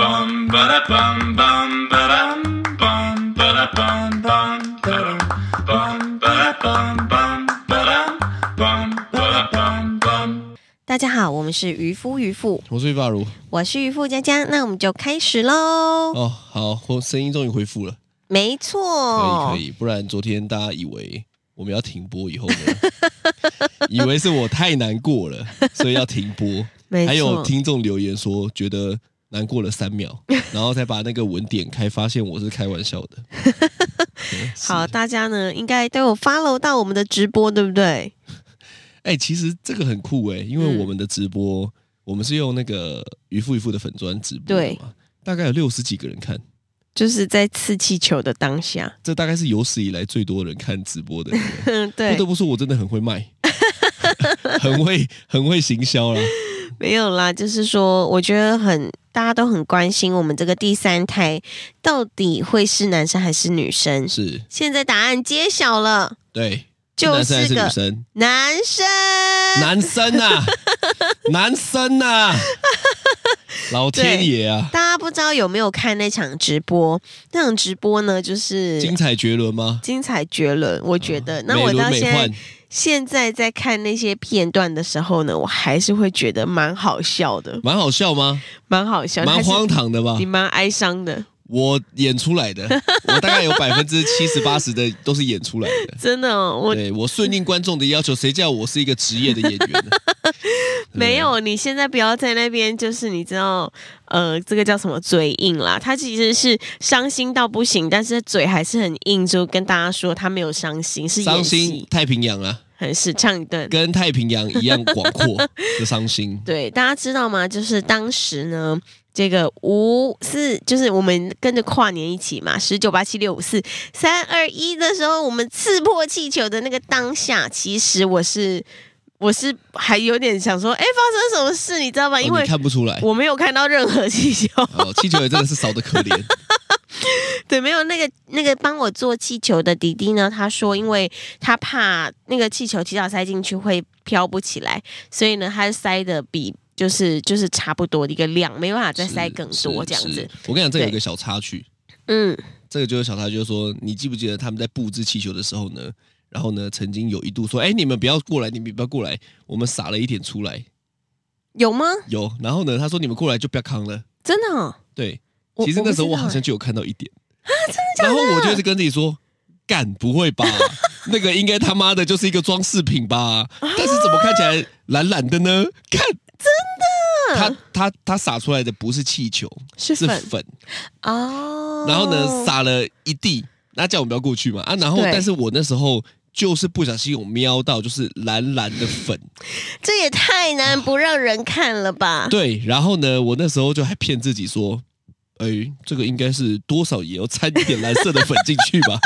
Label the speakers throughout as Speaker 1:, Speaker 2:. Speaker 1: bum ba da bum bum ba dum bum ba da bum bum ba dum bum ba da bum bum ba dum bum ba da bum bum.
Speaker 2: 大家好，我们是渔夫渔妇，
Speaker 3: 我是玉发如。
Speaker 2: 我是渔夫佳佳，那我们就开始喽。
Speaker 3: 哦，好，我声音终于恢复了，
Speaker 2: 没
Speaker 3: 可
Speaker 2: 错，
Speaker 3: 以可以。不然昨天大家以为我们要停播以后呢， 以为是我太难过了，所以要停播。
Speaker 2: 没错
Speaker 3: 还有听众留言说，觉得难过了三 秒，然后才把那个文点开，发现我是开玩笑的。嗯是
Speaker 2: 好，大家呢应该都有 follow 到我们的直播，对不对？
Speaker 3: 哎、其实这个很酷哎、因为我们的直播，
Speaker 2: 嗯
Speaker 3: 我们是用那个渔夫渔夫的粉砖直播的
Speaker 2: 对
Speaker 3: 嘛，大概有六十几个人看，
Speaker 2: 就是在刺气球的当下，
Speaker 3: 这大概是有史以来最多人看直播的。
Speaker 2: 嗯，
Speaker 3: 不
Speaker 2: 对
Speaker 3: 得，不说，我真的很会卖，很会很会行销啦。
Speaker 2: 没有啦，就是说，我觉得很大家都很关心我们这个第三胎到底会是男生还是女生。
Speaker 3: 是
Speaker 2: 现在答案揭晓了，
Speaker 3: 对，
Speaker 2: 就
Speaker 3: 男生还是
Speaker 2: 个
Speaker 3: 女生？
Speaker 2: 男生。
Speaker 3: 男生啊，男生啊，老天爷啊，
Speaker 2: 大家不知道有没有看那场直播？那场直播呢，就是
Speaker 3: 精彩绝伦吗？
Speaker 2: 精彩绝伦，我觉得。那我
Speaker 3: 哦美
Speaker 2: 到
Speaker 3: 轮美
Speaker 2: 现在
Speaker 3: 奂，
Speaker 2: 现在在看那些片段的时候呢，我还是会觉得蛮好笑的，
Speaker 3: 蛮好笑吗？
Speaker 2: 蛮好笑，
Speaker 3: 蛮荒
Speaker 2: 还
Speaker 3: 唐的吧
Speaker 2: 是你？蛮哀伤的，
Speaker 3: 我演出来的，我大概有百分之七十八十的都是演出来的。
Speaker 2: 真的哦、 我
Speaker 3: 对我顺应观众的要求，谁叫我是一个职业的演员呢？
Speaker 2: 没有，你现在不要在那边，就是你知道，呃，这个叫什么嘴硬啦？他其实是伤心到不行，但是嘴还是很硬，就跟大家说他没有伤心，是
Speaker 3: 伤
Speaker 2: 演
Speaker 3: 心
Speaker 2: 戏，
Speaker 3: 太平洋啊，
Speaker 2: 很是唱一顿。
Speaker 3: 跟太平洋一样广 阔的伤心。
Speaker 2: 对，大家知道吗？就是当时呢，这个五四，就是我们跟着跨年一起嘛，十九八七六五四三二一的时候，我们刺破气球的那个当下，其实我是我是还有点想说，哎，发生什么事，你知道吗？因
Speaker 3: 哦
Speaker 2: 为
Speaker 3: 你看不出来
Speaker 2: 我没有看到任何气球，
Speaker 3: 哦，气球也真的是少的可怜。
Speaker 2: 对，没有那个那个帮我做气球的弟弟呢，他说，因为他怕那个气球提早塞进去会飘不起来，所以呢，他塞的比就是就是差不多的一个量，没办法再 塞更多
Speaker 3: 嗯是
Speaker 2: 这样。
Speaker 3: 是
Speaker 2: 子。
Speaker 3: 我跟你讲，这个有一
Speaker 2: 对
Speaker 3: 个小插曲，
Speaker 2: 嗯，
Speaker 3: 这个就是小插曲，就是说你记不记得他们在布置气球的时候呢？然后呢，曾经有一度说：“哎，你们不要过来，你们不要过来，我们撒了一点出来。
Speaker 2: 有吗？”
Speaker 3: 有，然后呢，他说：“你们过来就不要扛了。
Speaker 2: 真的、哦？”
Speaker 3: 对，
Speaker 2: 我
Speaker 3: 其实那时候
Speaker 2: 不
Speaker 3: 我
Speaker 2: 知道
Speaker 3: 好像
Speaker 2: 哎
Speaker 3: 就有看到一点啊，真的然后我就一直跟自己说：“干，不 会吧？那个应该他妈的就是一个装饰品吧？
Speaker 2: 啊
Speaker 3: 但是怎么看起来懒懒的呢？看，真的，他他他撒出来的不是气球，
Speaker 2: 是
Speaker 3: 是
Speaker 2: 粉
Speaker 3: 粉。”
Speaker 2: 哦。
Speaker 3: 然后呢，撒了一地，那叫我们不要过去嘛啊，然后
Speaker 2: 对
Speaker 3: 但是我那时候就是不小心有瞄到，就是蓝蓝的粉，
Speaker 2: 这也太难不让人看了 吧？
Speaker 3: 对，然后呢，我那时候就还骗自己说，哎，这个应该是多少也要掺一点蓝色的粉进去吧，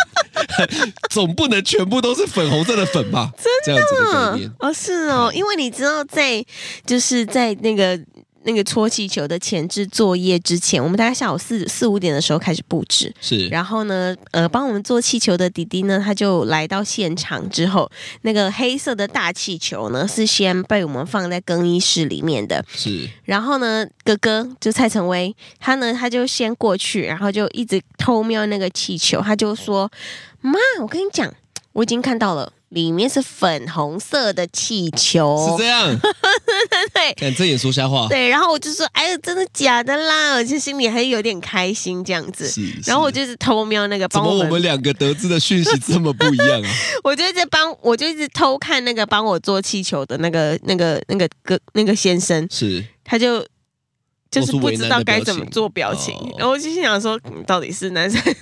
Speaker 3: 总不能全部都是粉红色的粉吧，这样子的概念
Speaker 2: 嗯，。哦，是哦，因为你知道在，就是在那个那个搓气球的前置作业之前，我们大概下午四四五点的时候开始布置。
Speaker 3: 是，
Speaker 2: 然后呢，呃，帮我们做气球的弟弟呢，他就来到现场之后，那个黑色的大气球呢，是先被我们放在更衣室里面的。
Speaker 3: 是
Speaker 2: 然后呢，哥哥就蔡成威，他呢他就先过去，然后就一直偷瞄那个气球，他就说：“妈，我跟你讲，我已经看到了，里面是粉红色的气
Speaker 3: 是
Speaker 2: 球
Speaker 3: 这。样，
Speaker 2: 哦 对
Speaker 3: 敢睁眼说瞎话”，
Speaker 2: 对，然后我就说：“哎呦，真的假的啦？”我就心里还有点开心这样子。
Speaker 3: 是。
Speaker 2: 然后我
Speaker 3: 是
Speaker 2: 就是偷瞄那个，
Speaker 3: 怎
Speaker 2: 帮
Speaker 3: 么
Speaker 2: 我
Speaker 3: 我
Speaker 2: 们，我
Speaker 3: 们两个得知的讯息这么不一 样啊？
Speaker 2: 就一直帮，我就一直偷看那个帮我做气球的那个、那个、那个哥、那个先生，
Speaker 3: 是。
Speaker 2: 他就就是
Speaker 3: 露出
Speaker 2: 不
Speaker 3: 为
Speaker 2: 知
Speaker 3: 难
Speaker 2: 道
Speaker 3: 的
Speaker 2: 该
Speaker 3: 表
Speaker 2: 怎么
Speaker 3: 情
Speaker 2: 做表情，
Speaker 3: 哦
Speaker 2: 然后我就心想说，嗯到底是男生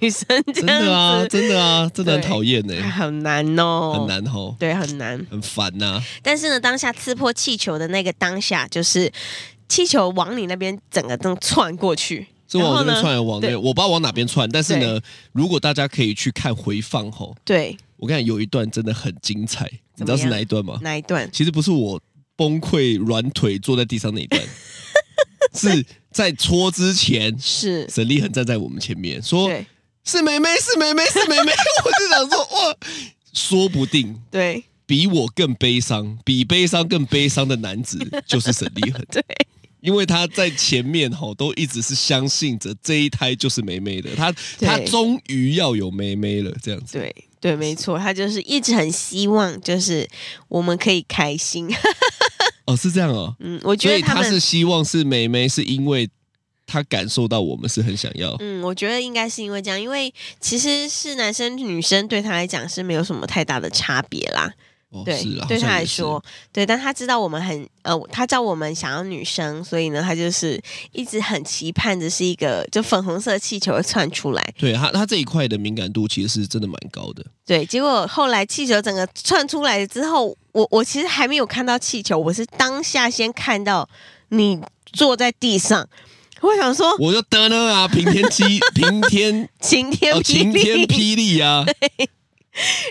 Speaker 2: 女生这
Speaker 3: 真
Speaker 2: 样
Speaker 3: 的啊，
Speaker 2: 子，
Speaker 3: 真的啊，真的很
Speaker 2: 对
Speaker 3: 讨厌呢，
Speaker 2: 哎很难哦，
Speaker 3: 很，难吼，
Speaker 2: 对，很难。
Speaker 3: 很烦呐、
Speaker 2: 但是呢，当下刺破气球的那个当下，就是气球往你那边整个都窜过去，
Speaker 3: 所以
Speaker 2: 然
Speaker 3: 往
Speaker 2: 后
Speaker 3: 这边
Speaker 2: 呢
Speaker 3: 窜，往那
Speaker 2: 对
Speaker 3: 边，我不知道往哪边窜。但是呢，如果大家可以去看回放吼，
Speaker 2: 对，我
Speaker 3: 我跟你讲，有一段真的很精彩，
Speaker 2: 怎
Speaker 3: 你
Speaker 2: 么样
Speaker 3: 知道是哪一段吗？
Speaker 2: 那一段
Speaker 3: 其实不是我崩溃软腿坐在地上那一 段，是在搓之前，
Speaker 2: 是，
Speaker 3: 沈立恒站在我们前面说
Speaker 2: 对
Speaker 3: 是妹妹，是妹妹，是妹 妹。我就想说，哇，说不定
Speaker 2: 对
Speaker 3: 比我更悲伤，比悲伤更悲伤的男子就是沈立恒。
Speaker 2: 对，
Speaker 3: 因为他在前面吼都一直是相信着这一胎就是梅梅的，他他
Speaker 2: 对
Speaker 3: 终于要有梅梅了，这样子。
Speaker 2: 对对，没错，他就是一直很希望，就是我们可以开心。
Speaker 3: 哦，是这样哦，
Speaker 2: 嗯，我觉
Speaker 3: 所
Speaker 2: 得
Speaker 3: 以他
Speaker 2: 们
Speaker 3: 是，希望是梅梅，是因为他感受到我们是很想要。
Speaker 2: 嗯，我觉得应该是因为这样，因为其实是男生女生对他来讲是没有什么太大的差别啦。
Speaker 3: 哦，
Speaker 2: 对，
Speaker 3: 是啊，
Speaker 2: 对
Speaker 3: 好像
Speaker 2: 他来
Speaker 3: 也是
Speaker 2: 说，对，但他知道我们很呃，他知道我们想要女生，所以呢，他就是一直很期盼着是一个就粉红色气球会窜出来。
Speaker 3: 对他他这一块的敏感度其实是真的蛮高的。
Speaker 2: 对，结果后来气球整个窜出来之后，我我其实还没有看到气球，我是当下先看到你坐在地上，我想说
Speaker 3: 我就得了啊，平 天霹平天
Speaker 2: 晴天
Speaker 3: 哦
Speaker 2: 霹
Speaker 3: 晴
Speaker 2: 雳，
Speaker 3: 天霹雳啊，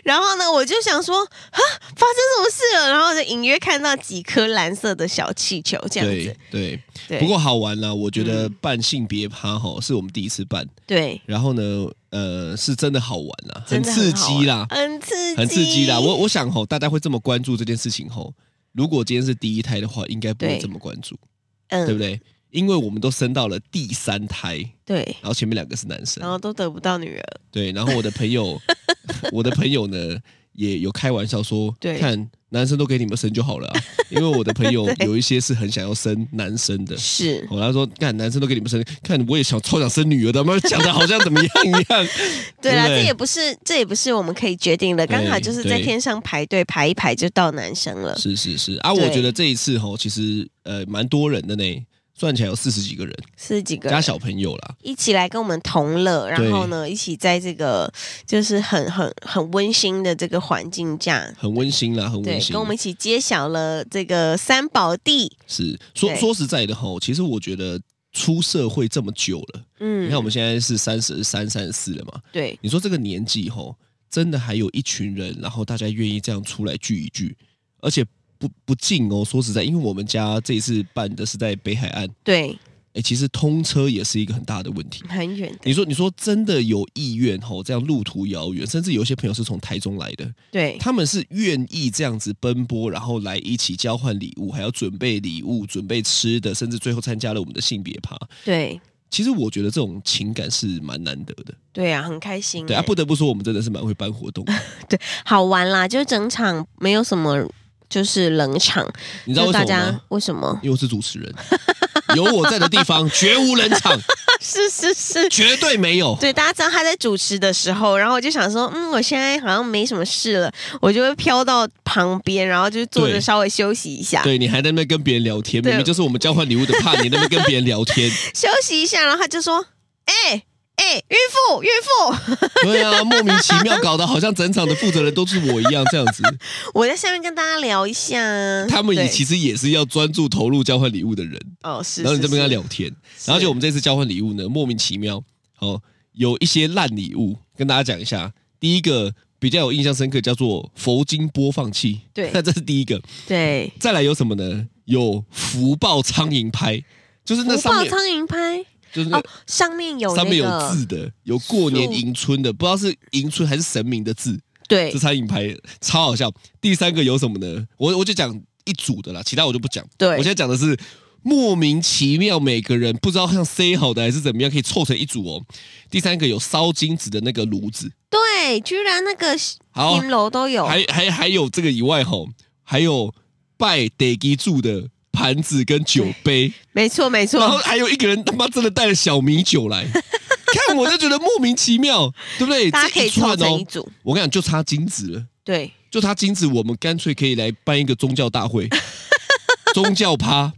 Speaker 2: 然后呢，我就想说啊，发生什么事了？然后就隐约看到几颗蓝色的小气球 这样子
Speaker 3: 对。对。
Speaker 2: 对，嗯
Speaker 3: 不过好玩啦，我觉得办性别趴吼是我们第一次办，
Speaker 2: 对，
Speaker 3: 然后呢，呃，是真的好玩啦，
Speaker 2: 真的
Speaker 3: 刺
Speaker 2: 好
Speaker 3: 激啦，
Speaker 2: 玩很刺激，
Speaker 3: 很刺激啦。我我想吼，大家会这么关注这件事情吼，如果今天是第一胎的话，应该不会
Speaker 2: 对
Speaker 3: 这么关注，
Speaker 2: 嗯
Speaker 3: 对不对？因为我们都生到了第三胎，
Speaker 2: 对，
Speaker 3: 然后前面两个是男生
Speaker 2: 然，后都得不到女儿，
Speaker 3: 对，然后我的朋友， 我的朋友呢也有开玩笑说，
Speaker 2: 对
Speaker 3: 看男生都给你们生就好了 啊、因为我的朋友
Speaker 2: 对
Speaker 3: 有一些是很想要生男生的。
Speaker 2: 是
Speaker 3: 我他说，看男生都给你们生，看我也想超想生女儿的，妈讲的好像怎么样一 样。
Speaker 2: 对啦，
Speaker 3: 对不对
Speaker 2: 这也不是这也不是我们可以决定的，
Speaker 3: 对
Speaker 2: 刚好就是在
Speaker 3: 对
Speaker 2: 天上排队排一排就到男生了，
Speaker 3: 是是是啊，
Speaker 2: 对
Speaker 3: 我觉得这一次吼，其实呃蛮多人的呢，算起来有四十几个人，
Speaker 2: 是几个
Speaker 3: 加小朋友啦。
Speaker 2: 一起来跟我们同乐，然
Speaker 3: 对
Speaker 2: 后呢，一起在这个就是很很很温馨的这个环境下。
Speaker 3: 很温馨啦，很温
Speaker 2: 对，
Speaker 3: 馨。
Speaker 2: 跟我们一起揭晓了这个三宝地，
Speaker 3: 是说
Speaker 2: 对
Speaker 3: 说实在的吼，其实我觉得出社会这么久了，
Speaker 2: 嗯，
Speaker 3: 你看我们现在是三十三、三十四了嘛，
Speaker 2: 对
Speaker 3: 你说这个年纪吼，真的还有一群人，然后大家愿意这样出来聚一聚，而且不不近哦。说实在，因为我们家这一次办的是在北海岸，
Speaker 2: 对，
Speaker 3: 哎，其实通车也是一个很大的问题。
Speaker 2: 很远的，
Speaker 3: 你说，你说真的有意愿吼，这样路途遥远，甚至有一些朋友是从台中来的，
Speaker 2: 对
Speaker 3: 他们是愿意这样子奔波，然后来一起交换礼物，还要准备礼物、准备吃的，甚至最后参加了我们的性别趴。
Speaker 2: 对
Speaker 3: 其实我觉得这种情感是蛮难得的，
Speaker 2: 对啊，很开心耶，
Speaker 3: 对啊，不得不说我们真的是蛮会办 活动的。
Speaker 2: 好玩啦，就是整场没有什么就是冷场，
Speaker 3: 你知道
Speaker 2: 就
Speaker 3: 为
Speaker 2: 大
Speaker 3: 什么
Speaker 2: 家
Speaker 3: 吗？
Speaker 2: 为什么？
Speaker 3: 因为我是主持人，有我在的地方绝无冷 场，
Speaker 2: 是是是，
Speaker 3: 绝对没有。
Speaker 2: 对，大家知道他在主持的时候，然后我就想说，嗯，我现在好像没什么事了，我就会飘到旁边，然后就坐着
Speaker 3: 对
Speaker 2: 稍微休息一下，
Speaker 3: 对你还在那边跟别人聊天，
Speaker 2: 啊对
Speaker 3: 明明就是我们交换礼物的怕，你在那边跟别人聊 天。
Speaker 2: 休息一下，然后他就说，哎、哎、孕妇，孕妇，
Speaker 3: 对啊，莫名其妙搞得好像整场的负责人都是我一样这样子。
Speaker 2: 我在下面跟大家聊一下。
Speaker 3: 他们也
Speaker 2: 对
Speaker 3: 其实也是要专注投入交换礼物的人，
Speaker 2: 哦是，
Speaker 3: 然后你这边跟他
Speaker 2: 是，
Speaker 3: 聊天，然后就我们这次交换礼物呢，莫名其妙哦，有一些烂礼物跟大家讲一下。第一个比较有印象深刻，叫做佛经播放器，
Speaker 2: 对
Speaker 3: 那这是第一个。
Speaker 2: 是对，
Speaker 3: 再来有什么呢？有福报苍蝇拍，就是那
Speaker 2: 福
Speaker 3: 上
Speaker 2: 报
Speaker 3: 面
Speaker 2: 苍蝇拍
Speaker 3: 就是那
Speaker 2: 哦，上面有那
Speaker 3: 上
Speaker 2: 个
Speaker 3: 面有字的，有过年
Speaker 2: 树
Speaker 3: 迎春的，不知道是迎春还是神明的字，
Speaker 2: 对
Speaker 3: 这苍蝇拍超好笑。第三个有什么呢？我我就讲一组的啦，其他我就不讲。
Speaker 2: 对
Speaker 3: 我现在讲的是莫名其妙，每个人不知道像塞好的还是怎么样，可以凑成一组哦。第三个有烧金子的那个炉子，
Speaker 2: 对，居然那个
Speaker 3: 好
Speaker 2: 银楼都有，
Speaker 3: 还还还有这个以外吼，还有拜得基柱的盘子跟酒杯，
Speaker 2: 没错没
Speaker 3: 然
Speaker 2: 错，
Speaker 3: 后还有一个人他妈真的带了小米 酒来。看我就觉得莫名其妙，对不对？
Speaker 2: 大家可
Speaker 3: 这
Speaker 2: 以
Speaker 3: 一串
Speaker 2: 凑
Speaker 3: 哦，
Speaker 2: 成一组，
Speaker 3: 我跟你讲，就差金子了。
Speaker 2: 对，
Speaker 3: 就他金子，我们干脆可以来办一个宗教大会， 宗教趴，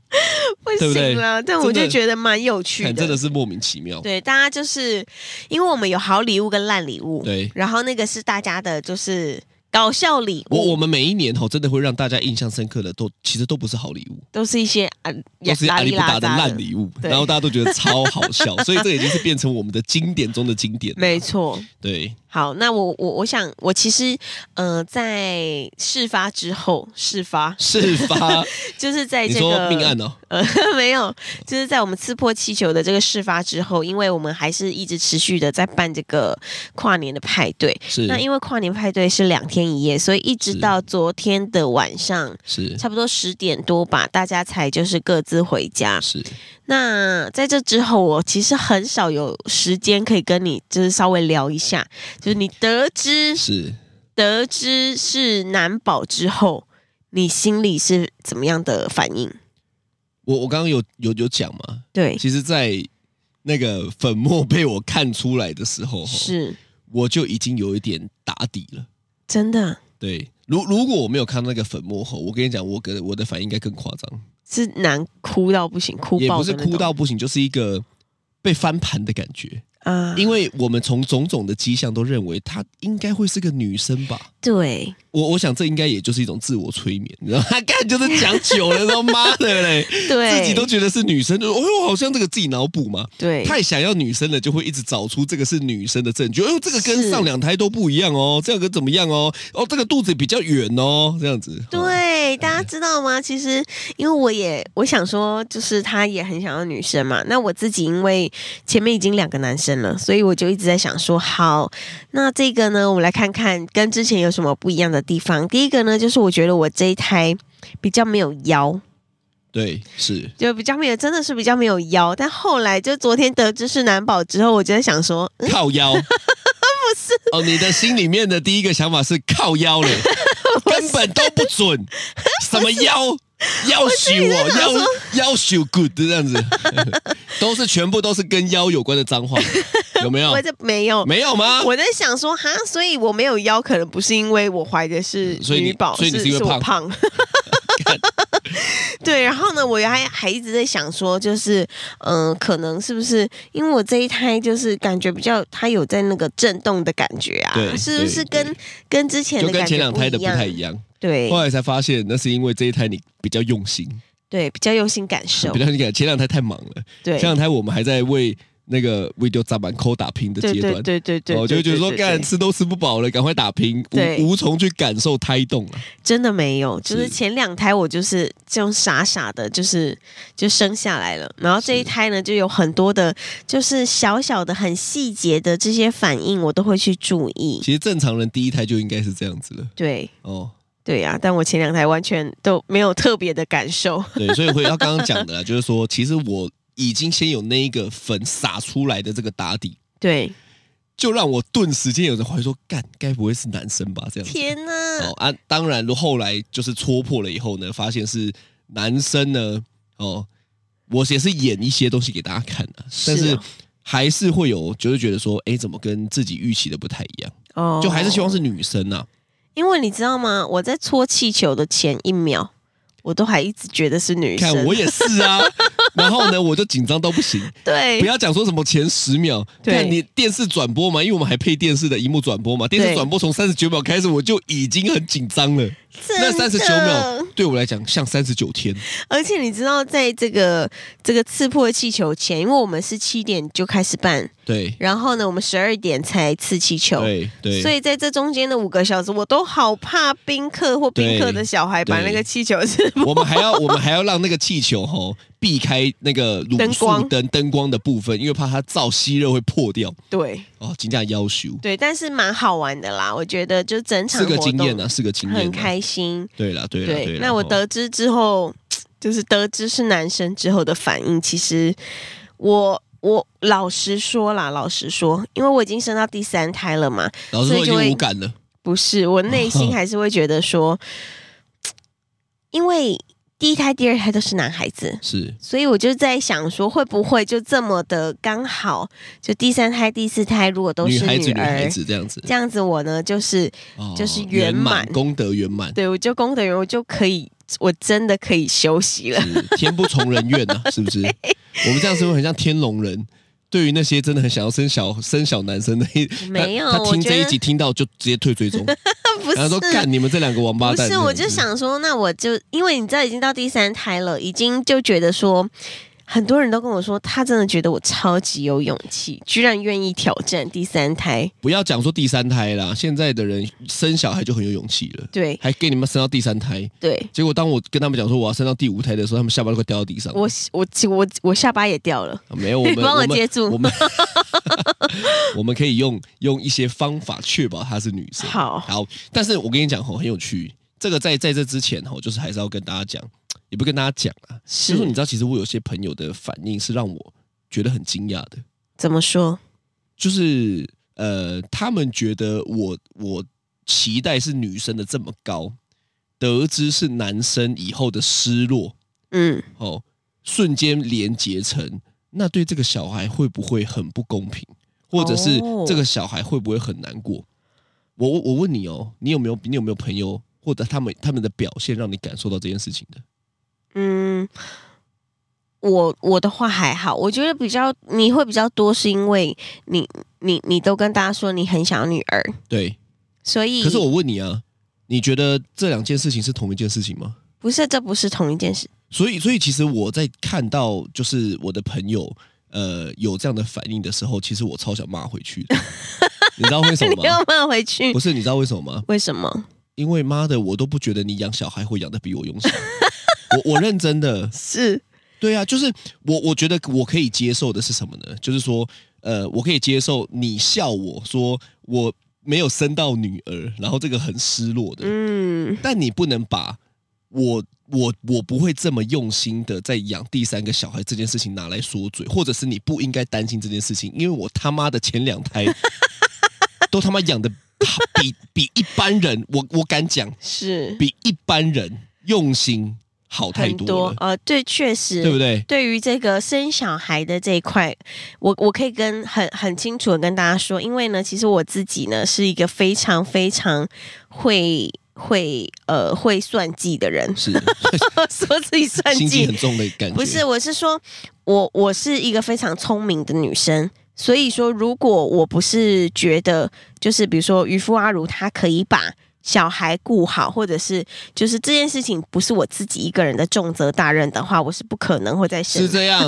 Speaker 2: 不
Speaker 3: 对不对
Speaker 2: 行了，但我
Speaker 3: 真
Speaker 2: 就
Speaker 3: 的
Speaker 2: 觉得蛮有趣
Speaker 3: 看
Speaker 2: 的
Speaker 3: 真。的是莫名其妙。
Speaker 2: 对，大家就是因为我们有好礼物跟烂礼物，
Speaker 3: 对
Speaker 2: 然后那个是大家的，就是搞笑礼
Speaker 3: 我
Speaker 2: 物，
Speaker 3: 我们每一年吼，真的会让大家印象深刻的，都其实都不是好礼物，
Speaker 2: 都是一些啊，
Speaker 3: 都是阿
Speaker 2: 拉
Speaker 3: 里
Speaker 2: 里
Speaker 3: 不
Speaker 2: 拉
Speaker 3: 达
Speaker 2: 杂
Speaker 3: 的烂礼物，
Speaker 2: 对
Speaker 3: 然后大家都觉得超好 笑，所以这已经是变成我们的经典中的经典。
Speaker 2: 没错。
Speaker 3: 对，
Speaker 2: 好，那我我我想，我其实，呃，在事发之后，事发
Speaker 3: 事发，
Speaker 2: 就是在
Speaker 3: 你
Speaker 2: 这
Speaker 3: 说
Speaker 2: 个
Speaker 3: 命案哦，
Speaker 2: 呃， 没有，就是在我们刺破气球的这个事发之后，因为我们还是一直持续的在办这个跨年的派对。
Speaker 3: 是
Speaker 2: 那因为跨年派对是两天一夜，所以一直
Speaker 3: 是
Speaker 2: 到昨天的晚上，
Speaker 3: 是
Speaker 2: 差不多十点多吧，大家才就是各自回家。
Speaker 3: 是
Speaker 2: 那在这之后，我其实很少有时间可以跟你就是稍微聊一下，就是你得知
Speaker 3: 是，
Speaker 2: 得知是难保之后，你心里是怎么样的反应？
Speaker 3: 我我刚刚有有有讲嘛，
Speaker 2: 对，
Speaker 3: 其实，在那个粉末被我看出来的时候，
Speaker 2: 是
Speaker 3: 我就已经有一点打底了。
Speaker 2: 真的
Speaker 3: 对，如如果我没有看到那个粉末后，我跟你讲，我跟我的反应应该更夸张，
Speaker 2: 是难哭到不行，哭
Speaker 3: 也
Speaker 2: 爆
Speaker 3: 不
Speaker 2: 的
Speaker 3: 是
Speaker 2: 那种
Speaker 3: 哭到不行，就是一个被翻盘的感 觉。
Speaker 2: 啊，
Speaker 3: 因为我们从种种的迹象都认为她应该会是个女生吧。
Speaker 2: 对，
Speaker 3: 我我想这应该也就是一种自我催眠，你知道吗？ 干就是讲久了，他妈的嘞，
Speaker 2: 对
Speaker 3: 自己都觉得是女生，就哦呦，好像这个自己脑补嘛。
Speaker 2: 对，
Speaker 3: 太想要女生了，就会一直找出这个是女生的证据。哎呦，这个跟
Speaker 2: 是
Speaker 3: 上两胎都不一样哦，这个怎么样哦？哦，这个肚子比较圆哦，这样子。哦，
Speaker 2: 对，大家知道吗？其实，因为我也我想说，就是他也很想要女生嘛。那我自己因为前面已经两个男生了，所以我就一直在想说，好，那这个呢，我们来看看跟之前有什么不一样的地方。第一个呢，就是我觉得我这一胎比较没有腰，
Speaker 3: 对，是
Speaker 2: 就比较没有，真的是比较没有腰。但后来就昨天得知是男宝之后，我就在想说，嗯
Speaker 3: 靠腰，不是哦。你的心里面的第一个想法是靠 腰了，根本都不准，什么腰。要修哦，要要修 good 这样子， 都是全部都是跟腰有关的脏话，有没有
Speaker 2: 我？这没有。
Speaker 3: 没有 吗？
Speaker 2: 我在想说哈，所以我没有腰，可能不是因为我怀的是
Speaker 3: 所以你
Speaker 2: 女宝，
Speaker 3: 嗯所以你是因为
Speaker 2: 我
Speaker 3: 胖
Speaker 2: 胖。 对，然后呢，我还还一直在想说，就是嗯、呃可能是不是因为我这一胎就是感觉比较，它有在那个震动的感觉啊
Speaker 3: 对，
Speaker 2: 是不是
Speaker 3: 对对
Speaker 2: 跟跟之前
Speaker 3: 就
Speaker 2: 的
Speaker 3: 跟
Speaker 2: 感
Speaker 3: 前
Speaker 2: 觉
Speaker 3: 两胎
Speaker 2: 不
Speaker 3: 的不
Speaker 2: 一样
Speaker 3: 太一样。
Speaker 2: 对
Speaker 3: 后来才发现，那是因为这一胎你比较用心，
Speaker 2: 对，比较用心感受
Speaker 3: 比，较你看前两胎太忙了，
Speaker 2: 对
Speaker 3: 前两胎我们还在为那个 video 砸满扣打拼的
Speaker 2: 对
Speaker 3: 阶
Speaker 2: 对
Speaker 3: 段。
Speaker 2: 对对对，
Speaker 3: 哦，就会觉得说
Speaker 2: 对对对
Speaker 3: 干吃都吃不饱了，赶快打拼，
Speaker 2: 对
Speaker 3: 无无从去感受胎动了。
Speaker 2: 真的没有，就是
Speaker 3: 是
Speaker 2: 前两胎我就是这种傻傻的，就是就生下来了，然后这一
Speaker 3: 是
Speaker 2: 胎呢就有很多的，就是小小的、很细节的这些反应，我都会去注意。
Speaker 3: 其实正常人第一胎就应该是这样子了。
Speaker 2: 对
Speaker 3: 哦，
Speaker 2: 对啊，但我前两胎完全都没有特别的感受。
Speaker 3: 对，所以回到刚刚讲的啦， 就是说，其实我已经先有那一个粉撒出来的这个打底，
Speaker 2: 对，
Speaker 3: 就让我顿时间有人怀疑说，干，该不会是男生吧？这样子。
Speaker 2: 天哪，
Speaker 3: 哦啊，当然，后来就是戳破了以后呢，发现是男生呢，哦，我也是演一些东西给大家看啊，但
Speaker 2: 是
Speaker 3: 是
Speaker 2: 啊
Speaker 3: 还是会有，就是觉得说，哎，怎么跟自己预期的不太一样？
Speaker 2: 哦
Speaker 3: 就还是希望是女生啊，
Speaker 2: 因为你知道吗？我在搓气球的前一秒，我都还一直觉得是女生。
Speaker 3: 看我也是啊，然后呢，我就紧张到不行，
Speaker 2: 对
Speaker 3: 不要讲说什么前十秒，
Speaker 2: 哎对
Speaker 3: 看你电视转播嘛，因为我们还配电视的荧幕转播嘛，电视
Speaker 2: 对
Speaker 3: 转播从三十九秒开始，我就已经很紧张了，那三十九
Speaker 2: 真的
Speaker 3: 秒对我来讲像三十九天，
Speaker 2: 而且你知道，在这个这个刺破气球前，因为我们是七点就开始办，
Speaker 3: 对
Speaker 2: 然后呢，我们十二点才刺气球。
Speaker 3: 对对，
Speaker 2: 所以在这中间的五个小时，我都好怕宾客或宾客的小孩把
Speaker 3: 对
Speaker 2: 那个气球刺破。
Speaker 3: 我们还要我们还要让那个气球吼、避开那个卤
Speaker 2: 灯
Speaker 3: 素
Speaker 2: 光
Speaker 3: 灯灯光的部分，因为怕它照吸热会破掉
Speaker 2: 对
Speaker 3: 哦，金价要求
Speaker 2: 对，但是蛮好玩的啦，我觉得就整场
Speaker 3: 是个
Speaker 2: 活
Speaker 3: 经
Speaker 2: 动
Speaker 3: 验啊，是个经验、啊，
Speaker 2: 很开心。
Speaker 3: 对啦。对了对啊了
Speaker 2: 对，那我得知之后，就是得知是男生之后的反应，其实我我老实说啦，老实说，因为我已经生到第三胎了嘛，
Speaker 3: 老师
Speaker 2: 所以
Speaker 3: 说已
Speaker 2: 就会
Speaker 3: 经无感了，
Speaker 2: 不是，我内 心还是会觉得说，因为第一胎、第二胎都是男孩子，
Speaker 3: 是
Speaker 2: 所以我就在想说，会不会就这么的刚好，就第三胎、第四胎如果都
Speaker 3: 女
Speaker 2: 是
Speaker 3: 孩子女
Speaker 2: 儿，
Speaker 3: 孩子这样子，
Speaker 2: 这样子我呢就是
Speaker 3: 哦
Speaker 2: 就是
Speaker 3: 圆
Speaker 2: 圆满
Speaker 3: 功德圆满，
Speaker 2: 对我就功德圆，我就可以，我真的可以休息 了。
Speaker 3: 是天不从人 愿呐、是不是？我们这样是不是很像天龙人？对于那些真的很想要生小生小男生的，
Speaker 2: 没有
Speaker 3: 他他
Speaker 2: 我
Speaker 3: 听
Speaker 2: 觉
Speaker 3: 这一
Speaker 2: 得
Speaker 3: 集听到就直接退追踪，
Speaker 2: 不
Speaker 3: 然后说
Speaker 2: 是。
Speaker 3: 干你们这两个王八
Speaker 2: 不
Speaker 3: 蛋。
Speaker 2: 是，我
Speaker 3: 这
Speaker 2: 就
Speaker 3: 样子
Speaker 2: 想说，那我就因为你知道已经到第三胎了，已经就觉得说，很多人都跟我说，他真的觉得我超级有勇气，居然愿意挑战第三胎。
Speaker 3: 不要讲说第三胎啦，现在的人生小孩就很有勇气 了，
Speaker 2: 对
Speaker 3: 还给你们生到第三胎。
Speaker 2: 对，
Speaker 3: 结果当我跟他们讲说我要生到第五胎的时候，他们下巴都快掉到地上。
Speaker 2: 我我我我下巴也掉了。
Speaker 3: 啊 没有，我们
Speaker 2: 帮我
Speaker 3: 们
Speaker 2: 接住
Speaker 3: 我们 我们可以用用一些方法确保她是女生。
Speaker 2: 好
Speaker 3: 好，但是我跟你讲吼，很有趣。这个在在这之前吼，就是还是要跟大家讲，也不跟大家讲啊，
Speaker 2: 是
Speaker 3: 就是说你知道，其实我有些朋友的反应是让我觉得很惊讶的，
Speaker 2: 怎么说？
Speaker 3: 就是呃，他们觉得我我期待是女生的这么高，得知是男生以后的失落，
Speaker 2: 嗯，
Speaker 3: 哦，瞬间连结成，那对这个小孩会不会很不公平，或者是
Speaker 2: 哦
Speaker 3: 这个小孩会不会很难过？我我我问你哦，你有没有你有没有朋友或者他们他们的表现让你感受到这件事情的？
Speaker 2: 嗯，我我的话还好，我觉得比较你会比较多，是因为你你你都跟大家说你很想要女儿，
Speaker 3: 对，
Speaker 2: 所以
Speaker 3: 可是我问你啊，你觉得这两件事情是同一件事情吗？
Speaker 2: 不是这不是同一件事，
Speaker 3: 所以，所以其实我在看到就是我的朋友呃有这样的反应的时候，其实我超想骂回去 的，你知道为什么
Speaker 2: 你要
Speaker 3: 吗？
Speaker 2: 骂回去
Speaker 3: 不。是，你知道为什么吗？
Speaker 2: 为什么？
Speaker 3: 因为妈的，我都不觉得你养小孩会养的比我用心。我我认真的，
Speaker 2: 是
Speaker 3: 对啊，就是我我觉得我可以接受的是什么呢？就是说，呃，我可以接受你笑我说我没有生到女儿，然后这个很失落的，
Speaker 2: 嗯，
Speaker 3: 但你不能把我我我不会这么用心的在养第三个小孩这件事情拿来说嘴，或者是你不应该担心这件事情，因为我他妈的前两胎都他妈养的比比一般人，我我敢讲
Speaker 2: 是
Speaker 3: 比一般人用心好太
Speaker 2: 很
Speaker 3: 多了，
Speaker 2: 呃，对，确实，
Speaker 3: 对不对？，
Speaker 2: 对于这个生小孩的这一块，我我可以跟很很清楚的跟大家说，因为呢，其实我自己呢是一个非常非常会会呃会算计的人
Speaker 3: 是
Speaker 2: 说自己算
Speaker 3: 心机很
Speaker 2: 计
Speaker 3: 重的感觉，
Speaker 2: 不是，我是说我我是一个非常聪明的女生。所以说，如果我不是觉得，就是比如说渔夫阿如，他可以把小孩顾好，或者是就是这件事情不是我自己一个人的重责大任的话，我是不可能会再生
Speaker 3: 是 这样。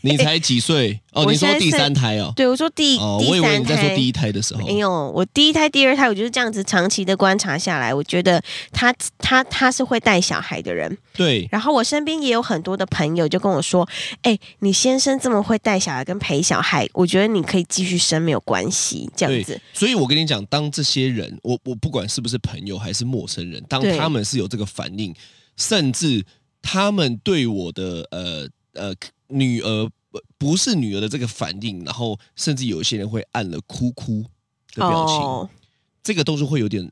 Speaker 3: 你才几岁哦？
Speaker 2: 我
Speaker 3: 你说
Speaker 2: 现在
Speaker 3: 第
Speaker 2: 是
Speaker 3: 三胎哦？
Speaker 2: 对，我说第、
Speaker 3: 哦，
Speaker 2: 第
Speaker 3: 我以为
Speaker 2: 三
Speaker 3: 你在说
Speaker 2: 胎。哎
Speaker 3: 第一胎的时候。
Speaker 2: 没有，我第一胎、第二胎，我就是这样子长期的观察下来，我觉得他他他是会带小孩的人。
Speaker 3: 对，
Speaker 2: 然后我身边也有很多的朋友就跟我说：“哎、你先生这么会带小孩跟陪小孩，我觉得你可以继续生没有关系。”这样
Speaker 3: 对，
Speaker 2: 子，
Speaker 3: 所以我跟你讲，当这些人，我我不管是不是朋友还是陌生人，当
Speaker 2: 对
Speaker 3: 他们是有这个反应，甚至他们对我的呃呃女儿呃不是女儿的这个反应，然后甚至有一些人会按了哭哭的表情，
Speaker 2: 哦，
Speaker 3: 这个都是会有点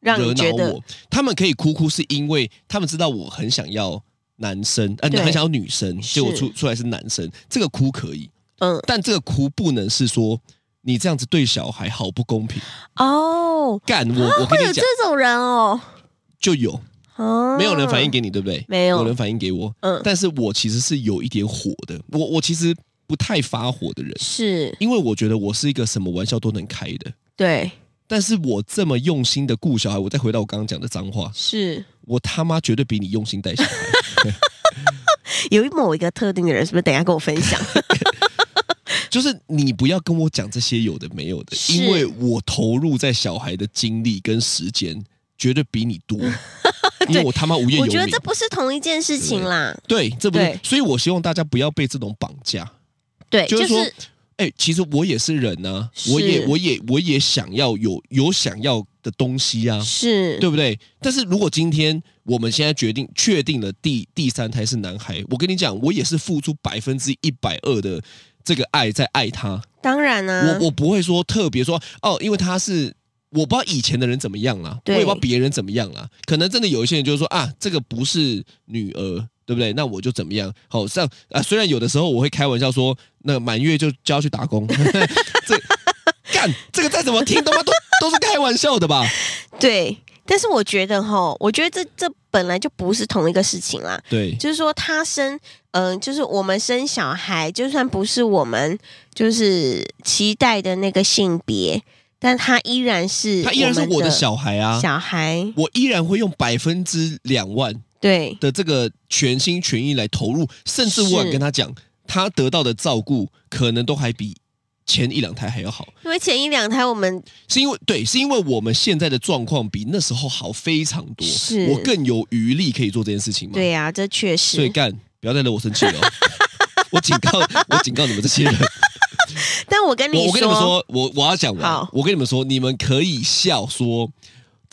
Speaker 2: 让
Speaker 3: 惹
Speaker 2: 你觉
Speaker 3: 恼
Speaker 2: 得
Speaker 3: 我。他们可以哭哭，是因为他们知道我很想要男生，呃，
Speaker 2: 对
Speaker 3: 很想要女生，
Speaker 2: 是
Speaker 3: 结果出出来是男生，这个哭可以，
Speaker 2: 嗯
Speaker 3: 但这个哭不能是说你这样子对小孩好不公平。
Speaker 2: 哦，
Speaker 3: 干我，我跟
Speaker 2: 会有
Speaker 3: 你
Speaker 2: 这
Speaker 3: 讲，
Speaker 2: 种人哦，
Speaker 3: 就有，
Speaker 2: 哦，
Speaker 3: 没有人反应给你，对不对？
Speaker 2: 没有
Speaker 3: 人反应给我，
Speaker 2: 嗯
Speaker 3: 但是我其实是有一点火的，我我其实不太发火的人，
Speaker 2: 是
Speaker 3: 因为我觉得我是一个什么玩笑都能开的。
Speaker 2: 对，
Speaker 3: 但是我这么用心的顾小孩，我再回到我刚刚讲的脏话，
Speaker 2: 是
Speaker 3: 我他妈绝对比你用心带小孩。
Speaker 2: 有某一个特定的人，是不是？等一下跟我分 享。
Speaker 3: 就是你不要跟我讲这些有的没有的，
Speaker 2: 是
Speaker 3: 因为我投入在小孩的精力跟时间绝对比你 多，因为我他妈无业游
Speaker 2: 我
Speaker 3: 民。
Speaker 2: 觉得这不是同一件事情啦，
Speaker 3: 对，这不是
Speaker 2: 对，
Speaker 3: 所以我希望大家不要被这种绑架。
Speaker 2: 对，
Speaker 3: 就是说
Speaker 2: 是，
Speaker 3: 哎、其实我也是人呐、
Speaker 2: 是
Speaker 3: 我也我也我也想要有有想要的东西啊，
Speaker 2: 是
Speaker 3: 对不对？但是如果今天我们现在决定确定了第第三胎是男孩，我跟你讲，我也是付出百分之一百二的这个爱在爱他，
Speaker 2: 当然啊，
Speaker 3: 我我不会说特别说哦，因为他是。我不知道以前的人怎么样啦，我
Speaker 2: 对
Speaker 3: 也不知道别人怎么样啦。可能真的有一些人就是说啊，这个不是女儿，对不对？那我就怎么样？好、像啊，虽然有的时候我会开玩笑说，那满月就就要去打工， 这干这个再怎么听他妈都都是开玩笑的吧？
Speaker 2: 对。但是我觉得哈，我觉得这这本来就不是同一个事情啦。
Speaker 3: 对，
Speaker 2: 就是说，他生，嗯、就是我们生小孩，就算不是我们就是期待的那个性别，但他依然是
Speaker 3: 他依然是我
Speaker 2: 的
Speaker 3: 的小孩啊，
Speaker 2: 小孩，
Speaker 3: 我依然会用百分之两万
Speaker 2: 对，
Speaker 3: 的这个全心全意来投入，甚至我敢
Speaker 2: 是
Speaker 3: 跟他讲，他得到的照顾可能都还比前一两胎还要好，
Speaker 2: 因为前一两胎我们
Speaker 3: 是因为对，是因为我们现在的状况比那时候好非常多
Speaker 2: 是，
Speaker 3: 我更有余力可以做这件事情嘛。
Speaker 2: 对呀、这确实
Speaker 3: 所以干，不要再惹我生气了哦、 我警告，我警告你们这些人，
Speaker 2: 但我跟
Speaker 3: 我
Speaker 2: 你
Speaker 3: 我跟你们
Speaker 2: 说，
Speaker 3: 说，我我要讲完
Speaker 2: 好，
Speaker 3: 我跟你们说，你们可以笑说。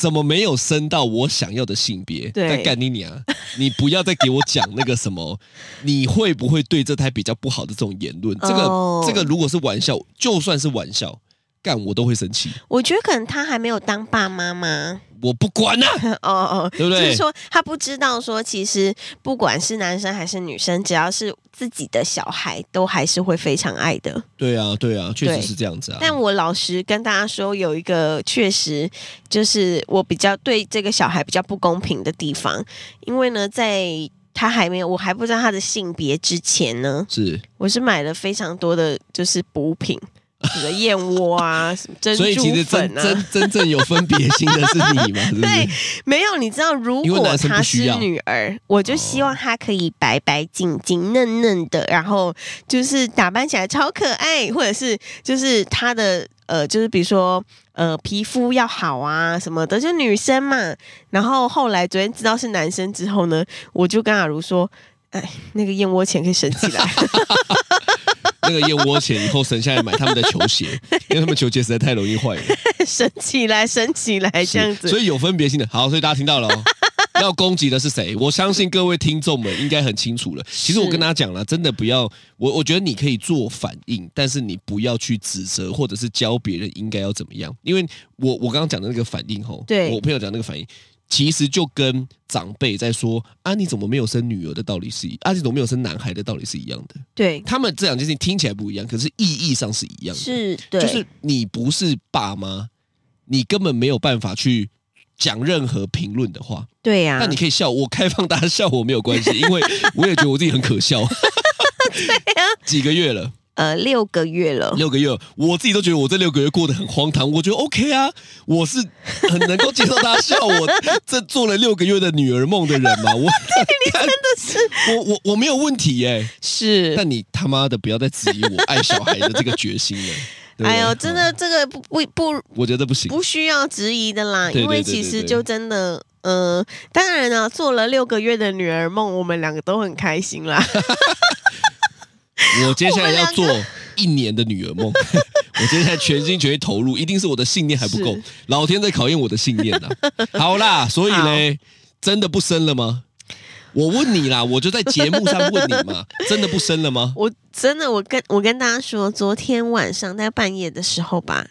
Speaker 3: 怎么没有升到我想要的性别？
Speaker 2: 对
Speaker 3: 但干你娘！你不要再给我讲那个什么， 你会不会对这台比较不好的这种言论？这个、
Speaker 2: 哦
Speaker 3: 这个如果是玩笑，就算是玩笑，干我都会生气，
Speaker 2: 我觉得可能他还没有当爸妈嘛，
Speaker 3: 我不管啊！
Speaker 2: 哦哦，
Speaker 3: 对不对
Speaker 2: 就是说他不知道说，其实不管是男生还是女生，只要是自己的小孩，都还是会非常爱的。
Speaker 3: 对啊，对啊，确
Speaker 2: 对
Speaker 3: 实是这样子啊。
Speaker 2: 但我老实跟大家说，有一个确实就是我比较对这个小孩比较不公平的地方，因为呢，在他还没有我还不知道他的性别之前呢，
Speaker 3: 是，
Speaker 2: 我是买了非常多的就是补品，什么燕窝啊，什么珍
Speaker 3: 所以其
Speaker 2: 珠
Speaker 3: 实真
Speaker 2: 粉啊
Speaker 3: 真，真正有分别心的是你嘛，是不
Speaker 2: 对
Speaker 3: 是？，
Speaker 2: 没有，你知道，如
Speaker 3: 因为
Speaker 2: 果
Speaker 3: 男生
Speaker 2: 她
Speaker 3: 不需
Speaker 2: 是
Speaker 3: 要
Speaker 2: 女儿，我就希望她可以白白净净、嫩嫩的，然后就是打扮起来超可爱，或者是就是她的呃，就是比如说呃，皮肤要好啊什么的，就女生嘛。然后后来昨天知道是男生之后呢，我就跟阿如说。哎，那个燕窝钱可以省起来，
Speaker 3: 那个燕窝钱以后省下来买他们的球 鞋，因为他们球鞋实在太容易坏了。
Speaker 2: 省起来，省起来，这样
Speaker 3: 是
Speaker 2: 子。
Speaker 3: 所以有分别性的。好，所以大家听到 了哦。要攻击的是谁？我相信各位听众们应该很清楚了。其实我跟大家讲了，真的不要我，我觉得你可以做反应，但是你不要去指责或者是教别人应该要怎么样。因为我我刚刚讲的那个反应吼，
Speaker 2: 对
Speaker 3: 我朋友讲那个反应，其实就跟长辈在说啊你怎么没有生女儿的道理是一，啊你怎么没有生男孩的道理是一样的。
Speaker 2: 对，
Speaker 3: 他们这两件事情听起来不一样，可是意义上是一样的。
Speaker 2: 是，对，
Speaker 3: 就是你不是爸妈，你根本没有办法去讲任何评论的话。
Speaker 2: 对啊呀、
Speaker 3: 那你可以笑我，开放大家笑我没有 关系，因为我也觉得我自己很可笑。
Speaker 2: 啊
Speaker 3: 几个月了，
Speaker 2: 呃，六个月了，
Speaker 3: 六个月了，我自己都觉得我这六个月过得很荒唐。我觉得 OK 啊，我是很能够接受大家笑我这做了六个月的女儿梦的人 嘛。我你真的是，我我我没有问题耶、
Speaker 2: 是。
Speaker 3: 但你他妈的不要再质疑我爱小孩的这个决心了。对不对啊嗯
Speaker 2: 哎呦，真，的，这个不不不
Speaker 3: 我觉得不行。
Speaker 2: 不需要质疑的啦，
Speaker 3: 对
Speaker 2: 因为
Speaker 3: 对对
Speaker 2: 其
Speaker 3: 对
Speaker 2: 实
Speaker 3: 对
Speaker 2: 就真的，呃，当然了，做了六个月的女儿梦，我们两个都很开心 啦。
Speaker 3: 我接下来要做
Speaker 2: 我
Speaker 3: 一年的女儿梦， 我接下来全心全意投入，一定是我的信念还不够
Speaker 2: 是，
Speaker 3: 老天在考验我的信念呐、啊好啦，所以呢，真的不生了吗？我问你啦，我就在节目上问你 嘛，真的不生了吗？
Speaker 2: 我真的，我跟我跟大家说，昨天晚上在半夜的时候吧，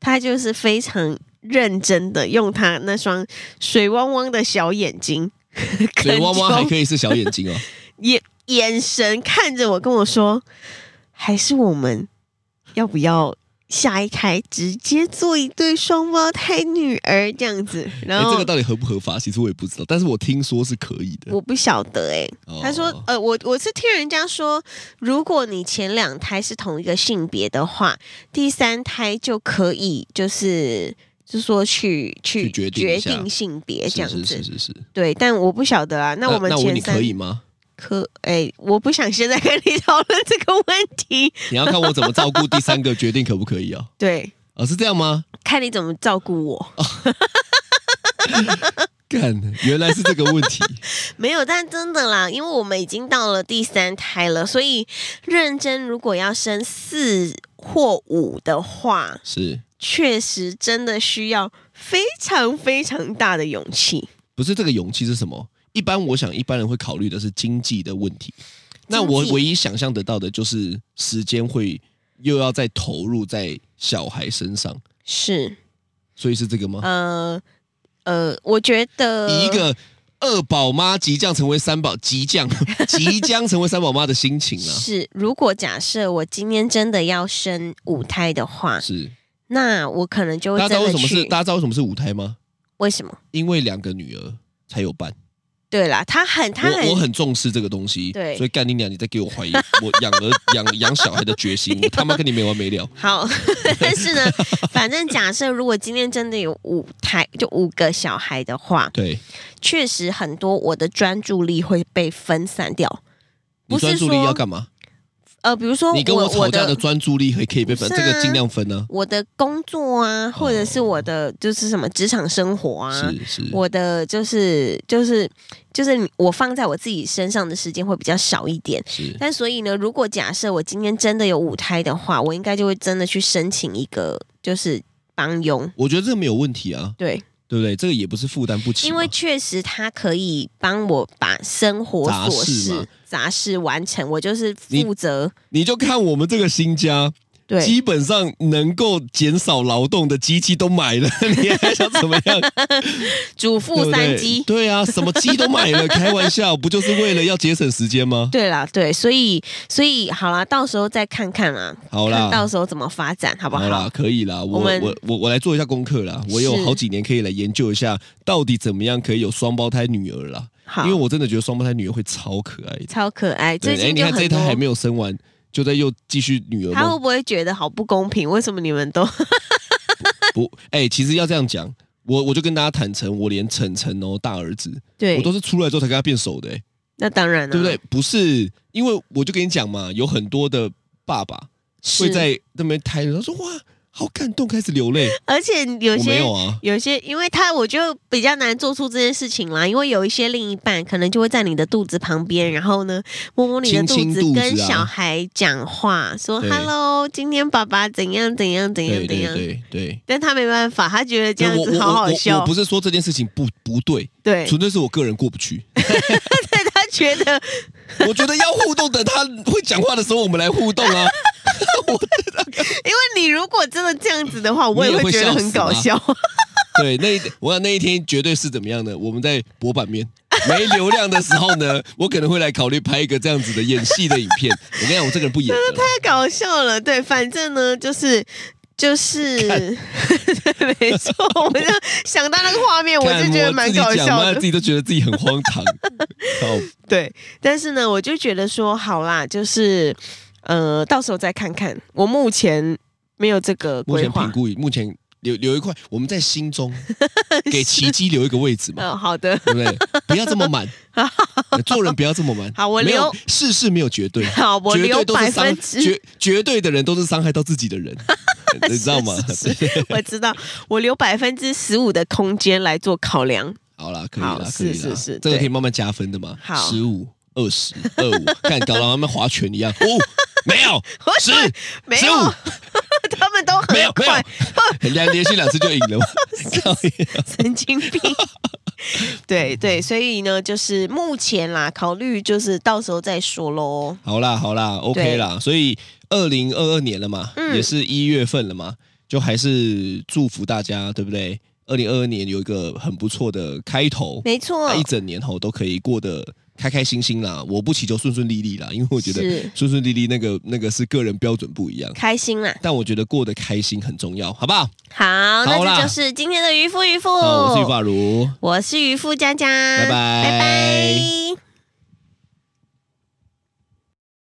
Speaker 2: 他就是非常认真的用他那双水汪汪的小眼睛，
Speaker 3: 水汪汪还
Speaker 2: 以
Speaker 3: 可以是小眼睛哦，
Speaker 2: 眼眼神看着我，跟我说，还是我们要不要？下一开直接做一对双胞胎女儿这样子，
Speaker 3: 哎
Speaker 2: 然，后、
Speaker 3: 这个到底合不合法？其实我也不知道，但是我听说是可以的。
Speaker 2: 我不晓得哎、
Speaker 3: 哦
Speaker 2: 他说，呃，我我是听人家说，如果你前两胎是同一个性别的话，第三胎就可以就是就说去去
Speaker 3: 去决定一下
Speaker 2: 性别这
Speaker 3: 是
Speaker 2: 样子。
Speaker 3: 是是是是，
Speaker 2: 对，但我不晓得啊。那我们
Speaker 3: 那我
Speaker 2: 前
Speaker 3: 问你
Speaker 2: 三
Speaker 3: 可以吗？
Speaker 2: 可哎、我不想现在跟你讨论这个问题。
Speaker 3: 你要看我怎么照顾第三个，决定可不可以哦？
Speaker 2: 对，
Speaker 3: 哦，是这样吗？
Speaker 2: 看你怎么照顾我。
Speaker 3: 哦干，原来是这个问 题。
Speaker 2: 没有，但真的啦，因为我们已经到了第三胎了，所以认真如果要生四或五的话，
Speaker 3: 是
Speaker 2: 确实真的需要非常非常大的勇气。
Speaker 3: 不是这个勇气是什么？一般我想一般人会考虑的是经济的问题，那
Speaker 2: 经济
Speaker 3: 我唯一想象得到的就是时间会又要再投入在小孩身上，
Speaker 2: 是，
Speaker 3: 所以是这个吗？
Speaker 2: 呃呃，我觉得
Speaker 3: 哦以一个二宝妈即将成为三宝，即将 即将成为三宝妈的心情啊，
Speaker 2: 是，如果假设我今天真的要生五胎的话，
Speaker 3: 是
Speaker 2: 那我可能就
Speaker 3: 大
Speaker 2: 会
Speaker 3: 家知道
Speaker 2: 真
Speaker 3: 为
Speaker 2: 的
Speaker 3: 什么
Speaker 2: 去
Speaker 3: 是大家知道为什么是五胎吗？
Speaker 2: 为什么？
Speaker 3: 因为两个女儿才有伴，
Speaker 2: 对啦，他很他
Speaker 3: 我我
Speaker 2: 很
Speaker 3: 很重视这个东西，
Speaker 2: 对
Speaker 3: 所以干你娘！你再给我怀疑我养儿 养养小孩的决心，我他妈跟你没完没了。
Speaker 2: 好， 但是呢，反正假设如果今天真的有五台就五个小孩的话，
Speaker 3: 对，
Speaker 2: 确实很多我的专注力会被分散掉。
Speaker 3: 你
Speaker 2: 不是
Speaker 3: 专注力
Speaker 2: 说
Speaker 3: 要干嘛？
Speaker 2: 呃，比如说
Speaker 3: 你跟
Speaker 2: 我
Speaker 3: 吵架的
Speaker 2: 的
Speaker 3: 专注力还可以被分，
Speaker 2: 不是
Speaker 3: 这
Speaker 2: 啊
Speaker 3: 个尽量分呢。
Speaker 2: 我的工作啊，或者是我的就是什么职场生活啊，
Speaker 3: 哦是是，
Speaker 2: 我的就是就是就是我放在我自己身上的时间会比较少一点。
Speaker 3: 是
Speaker 2: 但所以呢，如果假设我今天真的有五胎的话，我应该就会真的去申请一个就是帮佣，
Speaker 3: 我觉得这个没有问题啊，
Speaker 2: 对，
Speaker 3: 对不对？这个也不是负担不起嘛，
Speaker 2: 因为确实他可以帮我把生活
Speaker 3: 杂
Speaker 2: 琐
Speaker 3: 事嘛
Speaker 2: 事杂事完成，我就是
Speaker 3: 你
Speaker 2: 负责
Speaker 3: 你就看我们这个新家，
Speaker 2: 对。
Speaker 3: 基本上能够减少劳动的机器都买了，你还想怎么 样？
Speaker 2: 主
Speaker 3: 对
Speaker 2: 妇
Speaker 3: 不
Speaker 2: 三
Speaker 3: 对
Speaker 2: 机。
Speaker 3: 对啊，什么鸡都买了，开玩笑，不就是为了要节省时间吗？
Speaker 2: 对啦，对，所以所以好啦，到时候再看看啦，
Speaker 3: 好啦
Speaker 2: 看到时候怎么发展，好不好？
Speaker 3: 啦，可以啦，我
Speaker 2: 我们
Speaker 3: 我我我来做一下功课啦，我有
Speaker 2: 是
Speaker 3: 好几年可以来研究一下，到底怎么样可以有双胞胎女儿啦，
Speaker 2: 好，
Speaker 3: 因为我真的觉得双胞胎女儿会超可爱的。
Speaker 2: 超可爱，
Speaker 3: 对，
Speaker 2: 最
Speaker 3: 哎，
Speaker 2: 近
Speaker 3: 你
Speaker 2: 就
Speaker 3: 看这一
Speaker 2: 很多
Speaker 3: 胎。还没有生完，就在又继续女儿
Speaker 2: 他会
Speaker 3: 梦。
Speaker 2: 不会觉得好不公平？为什么你们都
Speaker 3: 不，哎、其实要这样讲，我我就跟大家坦诚，我连晨晨哦大儿子，
Speaker 2: 对啊
Speaker 3: 我？都是出来之后才跟他变熟的、哎
Speaker 2: 那当然了、
Speaker 3: 对不对？？不是，因为我就跟你讲嘛，有很多的爸爸会
Speaker 2: 是，
Speaker 3: 在那边胎儿，他说哇，好感动，开始流泪。
Speaker 2: 而且有
Speaker 3: 我没
Speaker 2: 些
Speaker 3: 有啊，
Speaker 2: 有些，因为他我就比较难做出这件事情啦，因为有一些另一半可能就会在你的肚子旁边，然后呢摸摸你的肚
Speaker 3: 亲亲肚子啊
Speaker 2: 跟小孩讲话，说
Speaker 3: 对
Speaker 2: “hello”，今天爸爸怎样怎样怎样
Speaker 3: 对
Speaker 2: 怎
Speaker 3: 对
Speaker 2: 样。
Speaker 3: 对对。
Speaker 2: 但他没办法，他觉得这
Speaker 3: 对
Speaker 2: 样
Speaker 3: 我
Speaker 2: 子
Speaker 3: 我
Speaker 2: 好
Speaker 3: 我
Speaker 2: 好
Speaker 3: 我
Speaker 2: 笑
Speaker 3: 我，不是说这件事情不不对，
Speaker 2: 对，
Speaker 3: 纯粹是我个人过不去。
Speaker 2: 对他觉得
Speaker 3: 我觉得要互动，等他会讲话的时候，我们来互动啊。
Speaker 2: 因为你如果真的这样子的话，我也
Speaker 3: 你也会
Speaker 2: 会觉得很搞笑。
Speaker 3: 对，那一我想那一天绝对是怎么样的？我们在博版面没流量的时候呢， 我可能会来考虑拍一个这样子的演戏的影片。我跟你讲，我这个人不演的啦，
Speaker 2: 太搞笑了，对，反正呢就是。就是，对， 没错，我就想到那个画 面，我
Speaker 3: 看
Speaker 2: 就觉得蛮搞
Speaker 3: 自己讲
Speaker 2: 笑
Speaker 3: 妈
Speaker 2: 的
Speaker 3: 自。己都觉得自己很荒 唐。好，
Speaker 2: 对，但是呢，我就觉得说，好啦，就是，呃，到时候再看看。我目前没有这个
Speaker 3: 目
Speaker 2: 规
Speaker 3: 前评
Speaker 2: 划。
Speaker 3: 估，目前留留一块，我们在 心中给奇迹留一个位置嘛，
Speaker 2: 嗯、好的，
Speaker 3: 对不对？不要这 么满，做人不要这么满。
Speaker 2: 好我
Speaker 3: 没有
Speaker 2: 留
Speaker 3: 世事没有绝对，
Speaker 2: 好，我
Speaker 3: 绝
Speaker 2: 留
Speaker 3: 对都
Speaker 2: 百
Speaker 3: 是伤
Speaker 2: 分之，
Speaker 3: 绝绝对的人都是伤害到自己 的人， 你知道吗？
Speaker 2: 是 是是我知道，我留百分之十五的空间来做考量。
Speaker 3: 好啦，可以啦，
Speaker 2: 好
Speaker 3: 可以
Speaker 2: 是
Speaker 3: 啦，
Speaker 2: 是是
Speaker 3: 这个
Speaker 2: 对
Speaker 3: 可以慢慢加分的嘛。
Speaker 2: 好
Speaker 3: 十五、二十、二五， 看搞到他们划拳一样。哦，没有，十、
Speaker 2: 没
Speaker 3: 十
Speaker 2: 有
Speaker 3: 五，，
Speaker 2: 他们都
Speaker 3: 没有
Speaker 2: 很
Speaker 3: 没有
Speaker 2: 快，
Speaker 3: 两连续两次就赢了嘛。靠
Speaker 2: 神经病。 对对，所以呢，就是目前啦，考虑就是到时候再说喽。
Speaker 3: 好啦，好啦，OK
Speaker 2: 对
Speaker 3: 啦。所以二零二二年了嘛，
Speaker 2: 嗯
Speaker 3: 也是一月份了嘛，就还是祝福大家，对不对？二零二二年有一个很不错的开头，
Speaker 2: 没错
Speaker 3: 那，哎一整年吼都可以过得开开心心啦。我不祈求顺顺利利啦，因为我觉得
Speaker 2: 是
Speaker 3: 顺顺利利那个那个是个人标准不一样。
Speaker 2: 开心啦。
Speaker 3: 但我觉得过得开心很重要，好不好？
Speaker 2: 好，
Speaker 3: 好啦
Speaker 2: 那这就是今天的渔夫渔妇，
Speaker 3: 好，我是于法如。
Speaker 2: 我是渔夫佳佳，
Speaker 3: 拜拜
Speaker 2: 拜拜